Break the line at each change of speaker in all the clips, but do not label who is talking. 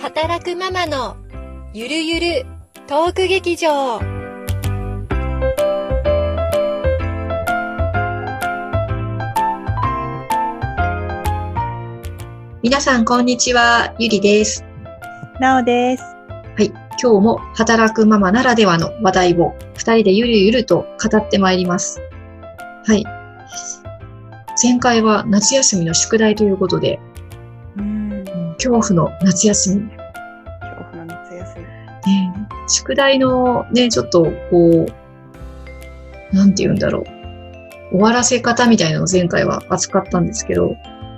働くママのゆるゆるトーク劇場
皆さん、こんにちは。ゆりです。
なおです。
はい。今日も働くママならではの話題を二人でゆるゆると語ってまいります。はい。前回は夏休みの宿題ということで、
うん。
うん恐怖の夏休み。
恐怖の夏休み。
ね宿題のね、ちょっとこう、なんて言うんだろう。終わらせ方みたいなのを前回は扱ったんですけど、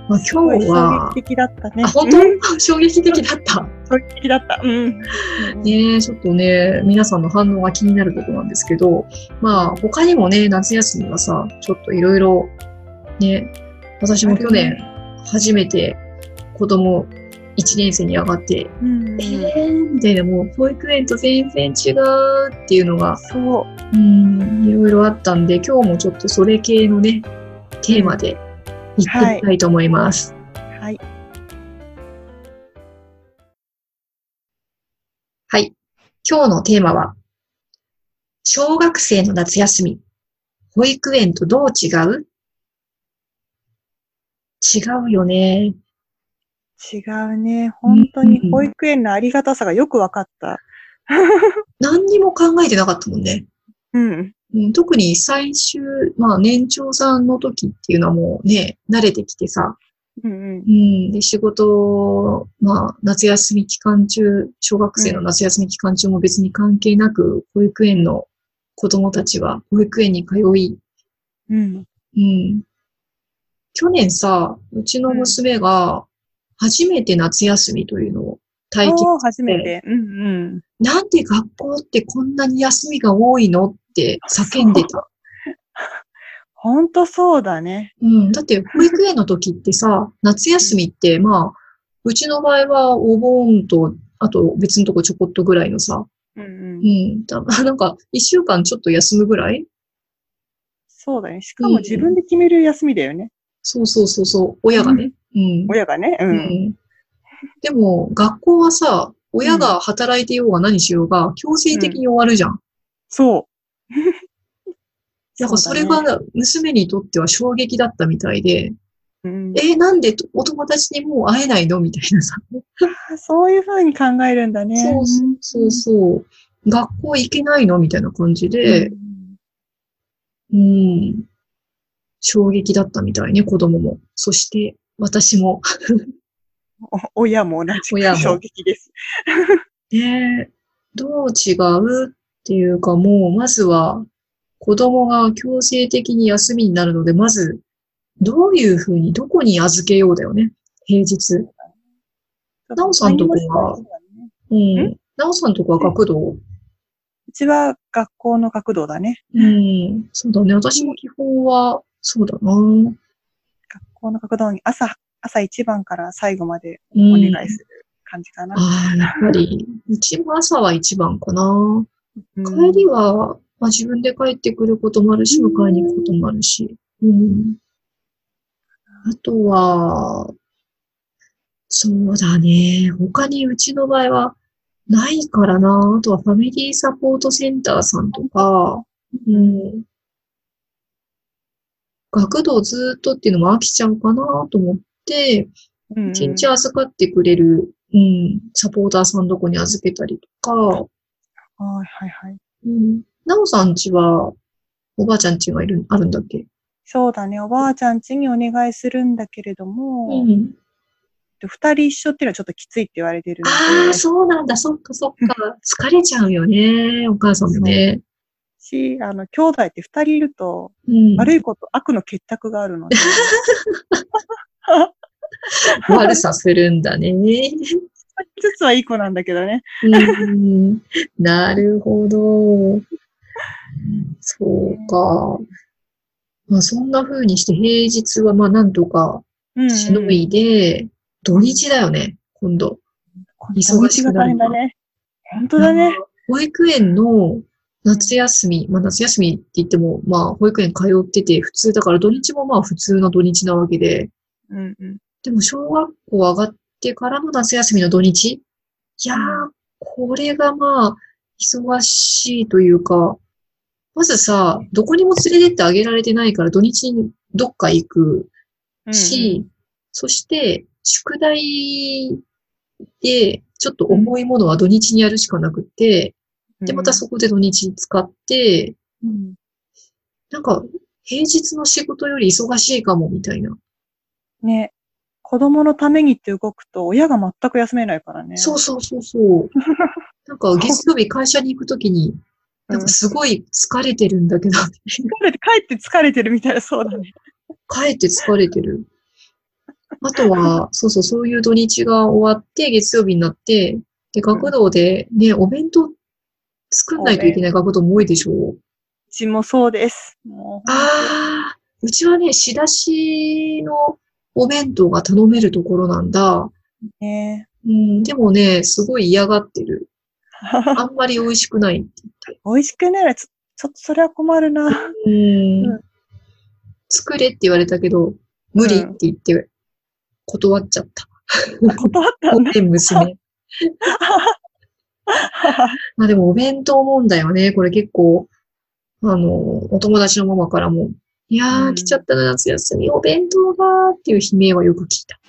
まあ、今日は
衝撃、的だったね。
あ、本
うん
当 衝撃的だった。
衝撃的だった。うん。
ねえ、ちょっとね、皆さんの反応が気になるところなんですけど、まあ、他にもね、夏休みはさ、ちょっといろいろ、ね、私も去年、初めて子供1年生に上がって、
うん。
えー、みたいな、もう保育園と全然違うっていうのが、
そ
う
う。
ん、いろいろあったんで、今日もちょっとそれ系のね、テーマで行ってみたいと思います。
はい。
はい。今日のテーマは、小学生の夏休み、保育園とどう違う違うよね。
違うね。本当に保育園のありがたさがよくわかった。
何にも考えてなかったもんね。
うん。
うん、特に最終、まあ年長さんの時っていうのはもうね、慣れてきてさ、
うんうん
う。ん、で仕事、まあ夏休み期間中、小学生の夏休み期間中も別に関係なく、保育園の子供たちは保育園に通い、
うん。
うん。去年さ、うちの娘が初めて夏休みというのを体験、
そう、初めて。うんうん。
なんで学校ってこんなに休みが多いのって叫んでた。
本当そうだね。
うん。だって保育園の時ってさ、夏休みってまあ、うちの場合はお盆と、あと別のとこちょこっとぐらいのさ、
うん
う
うん。
ん。だなんか一週間ちょっと休むぐらい
そうだね。しかも自分で決める休みだよね。
そうそうそうそう、親がね。うん。
親がね。う。
うんんでも、学校はさ、親が働いてようが何しようが、強制的に終わるじゃん。
そう。
だからそれ
うだね、
が娘にとっては衝撃だったみたいで、
うん
えーなんでお友達にもう会えないのみたいなさ。
あそういうふうに考えるんだね。
そうそうそうそう。学校行けないのみたいな感じで、
うん
うん。衝撃だったみたいね、子供も。そして、私も。
お親も同じ
親も
く衝撃です。
ねえ、どう違うっていうかもう、まずは子供が強制的に休みになるので、まず、どういうふうに、どこに預けようだよね。平日。なおさんとこはうん。なおさんとこは学童
うちは学校の学童だね。
うん。そうだね。私も基本は、そうだな。うん。
学校の学童に朝、朝一番から最後までお願いする感じかな。
ああ、やっぱり、うちも朝は一番かな。
うん
帰りは、まあ、自分で帰ってくることもあるし、迎えに行くこともあるし。うん。あとは、そうだね。他にうちの場合はないからな。あとはファミリーサポートセンターさんとか、うん。学童ずっとっていうのも飽きちゃうかなと思って、
うんうん
一日預かってくれる、うん、サポーターさんどこに預けたりとか、
はいはいはい。
うん。なおさんちは、おばあちゃんちがいる、あるんだっけ
そうだね。おばあちゃん家にお願いするんだけれども、
ん。
二人一緒っていうのはちょっときついって言われてる
あ
の
あ、
で、
そうなんだ、そっかそっか。疲れちゃうよね、お母さんもね。
し、あの、兄弟って二人いると、
うん。
悪いこと、悪の結託があ るので、
悪さするんだね。
一つはいい子なんだけどね。
うん。なるほど。そうか。まあ、そんな風にして平日はまあなんとか
うんうん
しのいで、土日だよね、今度。忙しくなるな
土日が大変だね。本当だね。
保育園の夏休み、まあ夏休みって言っても、まあ保育園通ってて普通だから土日もまあ普通の土日なわけで、
うんうん。
でも小学校上がってからの夏休みの土日いやー、これがまあ、忙しいというか、まずさ、どこにも連れてってあげられてないから、土日にどっか行く
うん
し、そして、宿題で、ちょっと重いものは土日にやるしかなくて、で、またそこで土日使って、
うん。
なんか、平日の仕事より忙しいかも、みたいな。
ね。子供のためにって動くと、親が全く休めないからね。
そうそうそう そう。なんか、月曜日会社に行くときに、
うん
なんかすごい疲れてるんだけど、
疲れて、帰って疲れてるみたいな、そうだね。
帰って疲れてる。あとは、そうそう、そういう土日が終わって、月曜日になって、で、学童でね、お弁当作んないといけない学童も多いでしょう。
うちもそうです。もう、
ああ、うちはね、仕出しのお弁当が頼めるところなんだ。
ね。
うん、でもね、すごい嫌がって る。あんまり美味しくないって
美味しくないちょちょっとそれは困る
言
な。
って。う。
うん
作れって言われたけど、無理って言って断っちゃった。
断ったんだ。
で、 娘。まあでもお弁当問題はね、これ結構、あの、お友達のママからも、いやー、
うん
来ちゃったな、夏休み、お弁当がーっていう悲鳴はよく聞いた。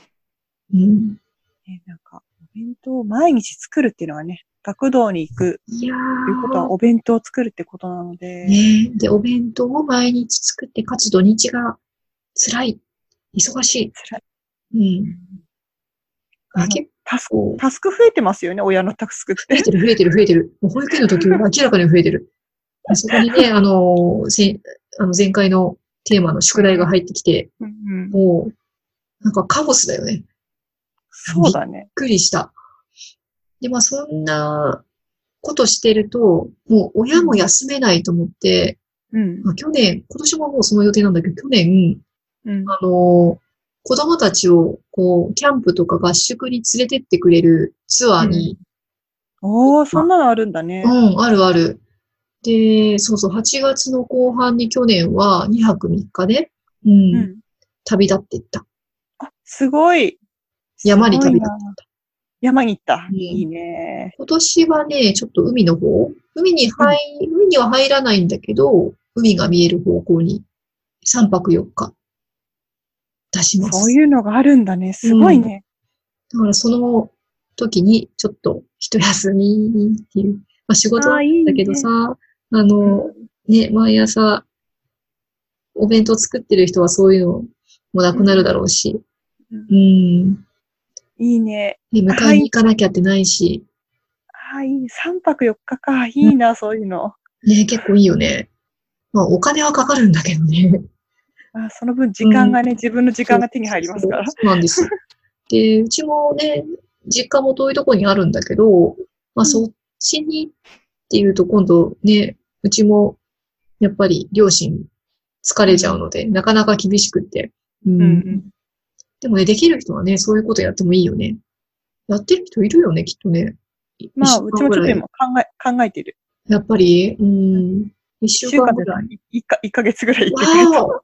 うん。
ねなんか、お弁当を毎日作るっていうのはね、学童に行く
いや
ということ
ー
は、。お弁当を作るってことなので、
ねで、お弁当を毎日作って、かつ土日が辛い、忙し
辛い。
い。うん。あ、
あの
結
タスク、
構、
タスク増えてますよね、親のタスクっ
増え
て。
てる、増えてる、増えてる。もう保育園の時より明らかに増えてる。そこにね、あの、せあの前回のテーマの宿題が入ってきて、
うんうん
もう、なんかカオスだよね。びっ
そうだね。
くりした。で、まあそんなことしてると、もう親も休めないと思って、
うん。
まあ、去年、今年ももうその予定なんだけど、去年、
うん。
あの、子供たちを、こう、キャンプとか合宿に連れてってくれるツアーに、
おー、そんなのあるんだね
う。ん、あるある。で、そうそう、8月の後半に去年は2泊3日で、うん、
うん。
旅立っていった。
あ、すごい。
山に旅立
す
っ
ごいな山に行った。
うん
いいね。
今年はね、ちょっと海の方、海に入、海には入らないんだけど、海が見える方向に3泊4日出します。
そういうのがあるんだね。すごいね。
だからその時にちょっと一休みっていう、まあ、仕事だ
あーいいね
けどさ、あの、ね、毎朝お弁当作ってる人はそういうのもなくなるだろうし、
うん
うん、で
いいね。
迎えに行かなきゃってないし、
あ、いい。3泊4日か。いいな、そういうの。
ね、結構いいよね。まあお金はかかるんだけどね。
あ、その分時間がね、自分の時間が手に入りますから
そう。そうなんです。で、うちもね、実家も遠いとこにあるんだけど、まあ、そっちにっていうと今度ね、うちもやっぱり両親疲れちゃうので、なかなか厳しくって。うん
うんうん
でもね、できる人はね、そういうことやってもいいよね。やってる人いるよね、きっとね。
まあ、
一週間
うちもちょっ
ぐ
と
らい
今考え、考えてる。
やっぱり、うん、一週間ぐらい。
1か、一ヶ月ぐらい行ってくれた。
わ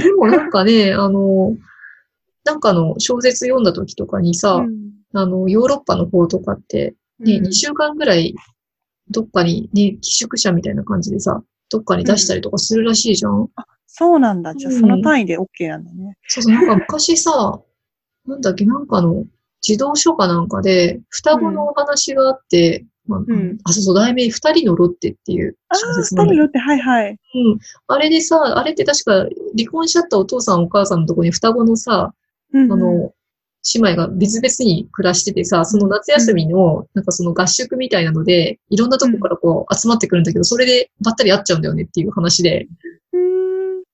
おでもなんかね、あの、なんかの小説読んだ時とかにさ、
うん
あの、ヨーロッパの方とかって、ね、2週間ぐらい、どっかにね、寄宿舎みたいな感じでさ、どっかに出したりとかするらしいじゃん、
そうなんだ。じゃあ、
うん
その単位で OK なんだね。
そうそう、なんか昔さ、なんだっけ、なんかの、児童書かなんかで、双子のお話があって、まあ
ん
あ、そうそう、題名、二人のロッテっていう
あ
小
あ、二
説なんだけど
人乗って、はいはい。
うん。あれでさ、あれって確か離婚しちゃったお父さんお母さんのとこに双子のさ、
うん
あ
うん
の、姉妹が別々に暮らしててさ、その夏休みの、なんかその合宿みたいなので、いろんなとこからこう集まってくるんだけど、それでばったり会っちゃうんだよねっていう話で。
うん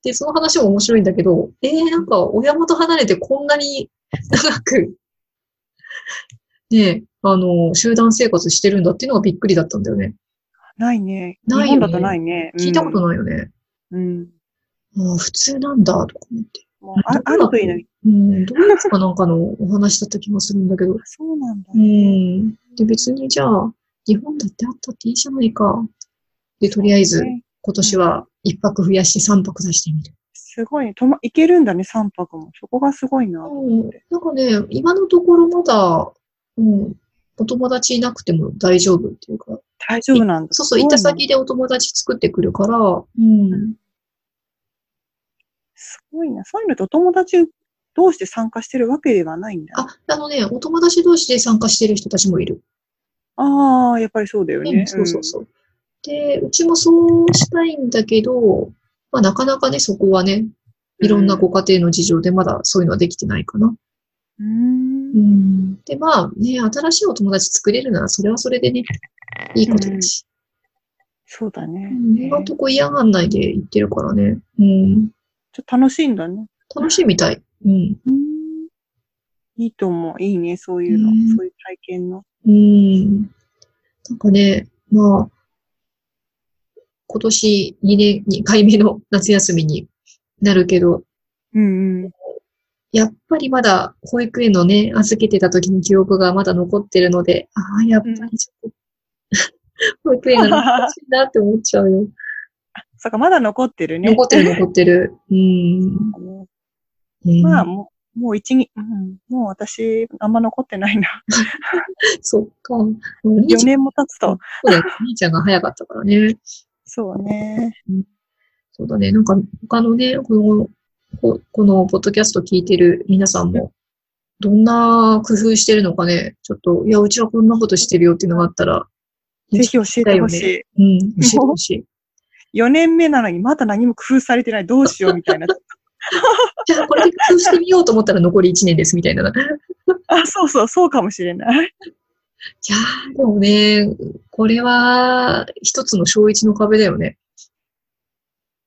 で、その話も面白いんだけど、えー、なんか親元離れてこんなに長く、ねえ、あの、集団生活してるんだっていうのがびっくりだったんだよね。
ないね。日
ないよね
本だとないね。
聞いたこと
い。
ないよね。
うん。
ああ、普通なんだ、とか思って。
もうああるといいのに。
うん、ドイツかなんかのお話だった気もするんだけど
あ。そうなんだ
う。ん。で、別にじゃあ、日本だってあったっていいじゃないか。で、とりあえず、
ね
今年は一泊増やして三泊出してみる。
すごいね。とま、行けるんだね、3泊も。そこがすごいな。
うん。なんかね、今のところまだ、うん。お友達いなくても大丈夫っていうか、
大丈夫なんだ。
そうそう、
す
行っ
ごい
た
ね
先でお友達作ってくるから、うん。
すごいな。そういうのってお友達同士で参加してるわけではないんだ。
あ、あのね、お友達同士で参加してる人たちもいる。
ああ、やっぱりそうだよ
う
ね。
ん、そうそうそう。で、うちもそうしたいんだけど、まあなかなかね、そこはね、
うん
いろんなご家庭の事情でまだそういうのはできてないかな。
うー
う
ん。
ん。で、まあね、新しいお友達作れるなら、それはそれでね、いいことだし。
そうだね。
うん、今んとこ嫌がんないで行ってるからね。うん。
ちょっと楽しいんだね。
楽しいみたい。うん。
うんいいと思う。いいね、そういうの。
うん
そういう体験の。
うん。なんかね、まあ、今年2年、2回目の夏休みになるけど、
うんうん。
やっぱりまだ保育園のね、預けてた時に記憶がまだ残ってるので、ああ、やっぱりちょっと、保育園が懐かしいなって思っちゃうよ。
そっか、まだ残ってるね。
残ってる残ってる。うん。ね
まあ、もう、もう一日、うん、もう私、あんま残ってないな。
そっか。
4年も経つと。
そうだよ兄ちゃんが早かったからね。
そうね。
そうだね。なんか、他のね、この、ここのポッドキャスト聞いてる皆さんも、どんな工夫してるのかね。ちょっと、いや、うちはこんなことしてるよっていうのがあったら、
ぜひ教えてほし
ね
い。
うん、教えてほしい。
4年目なのにまだ何も工夫されてない。どうしようみた いな。
じゃあ、これで工夫してみようと思ったら残り1年です、みたいな。い
あ、そうそう、そうかもしれない。
やー、でもね、これは、一つの小一の壁だよね。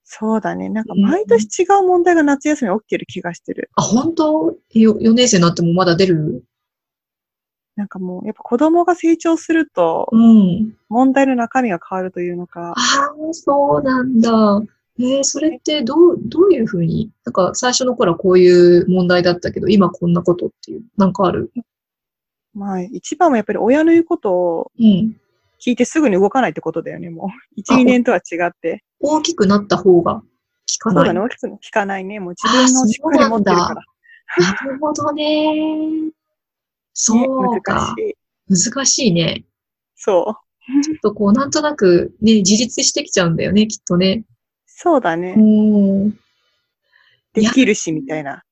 そうだね。なんか
うん
毎年違う問題が夏休みに起きてる気がしてる。
あ、本当よ ?4 年生になってもまだ出る
なんかもう、やっぱ子供が成長すると、
うん。
問題の中身が変わるというのか
あ、あ、そうなんだ。えー、それってどう、どういうふうになんか最初の頃はこういう問題だったけど、今こんなことっていう、なんかある
まあ、一番はやっぱり親の言うことを
うん。
聞いてすぐに動かないってことだよね、もう。
あ
1、2年とは違って。
大きくなった方が効か
そう
ない。
だね、大きく聞かないね。もう自分
あ
のしっかり持ってるから。
なるほどね。
ね
そう
難
か
し。い。
難しいね。
そう。
ちょっとこう、なんとなくね、自立してきちゃうんだよね、きっとね。
そうだね。
おー
できるし、みたいな。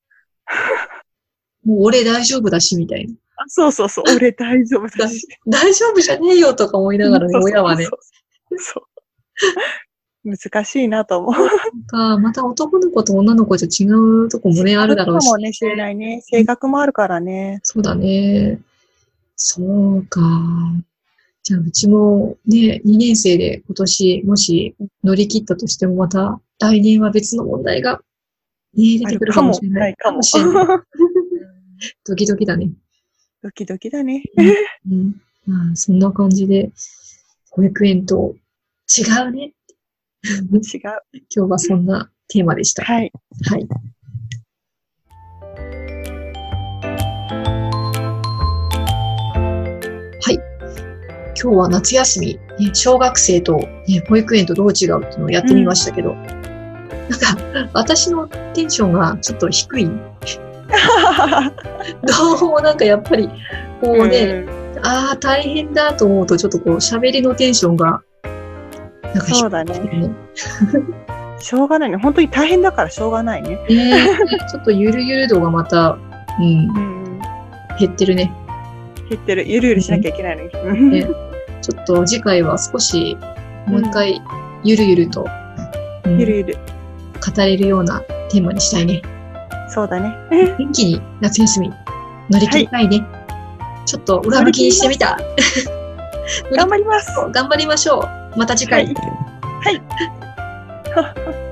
もう俺大丈夫だし、みたいな。
あそうそうそう、俺大丈夫だし。
大丈夫じゃねえよとか思いながらね、
そうそうそう
親はね。。
そう。難しいなと思う。
か、また男の子と女の子じゃ違うとこもね、あるだろうし
か。もね、知れないね。性格もあるからね。
そうだね。そうか。じゃあ、うちもね、2年生で今年、もし乗り切ったとしても、また来年は別の問題が、ね、出
あ
て
る
くる
か
かも
も
しれ。ない。
か
か
も。
もしれない ドキドキだね。
ドキドキだね。
うん。まあ、そんな感じで、保育園と違うね。
違う。
今日はそんなテーマでした。
はい。
はい。はい。今日は夏休み、ね小学生と、ね、保育園とどう違うっていうのをやってみましたけど、なんか、私のテンションがちょっと低い。どうもなんかやっぱり、こうね、
うん
ああ、大変だと思うと、ちょっとこう、喋りのテンションが、なんか低い
そうだね。
ね。
しょうがないね。本当に大変だからしょうがないね。
ねちょっとゆるゆる度がまた、うん、
うん。
減ってるね。
減ってる。ゆるゆるしなきゃいけないのに。
ねちょっと次回は少しもう一回ゆるゆると、うん
ゆるゆる。
語れるようなテーマにしたいね。
そうだね。
元気に夏休み乗り切りたいね。ちょっと裏向きにしてみた。
頑張ります。
頑張りましょう。また次回。
はい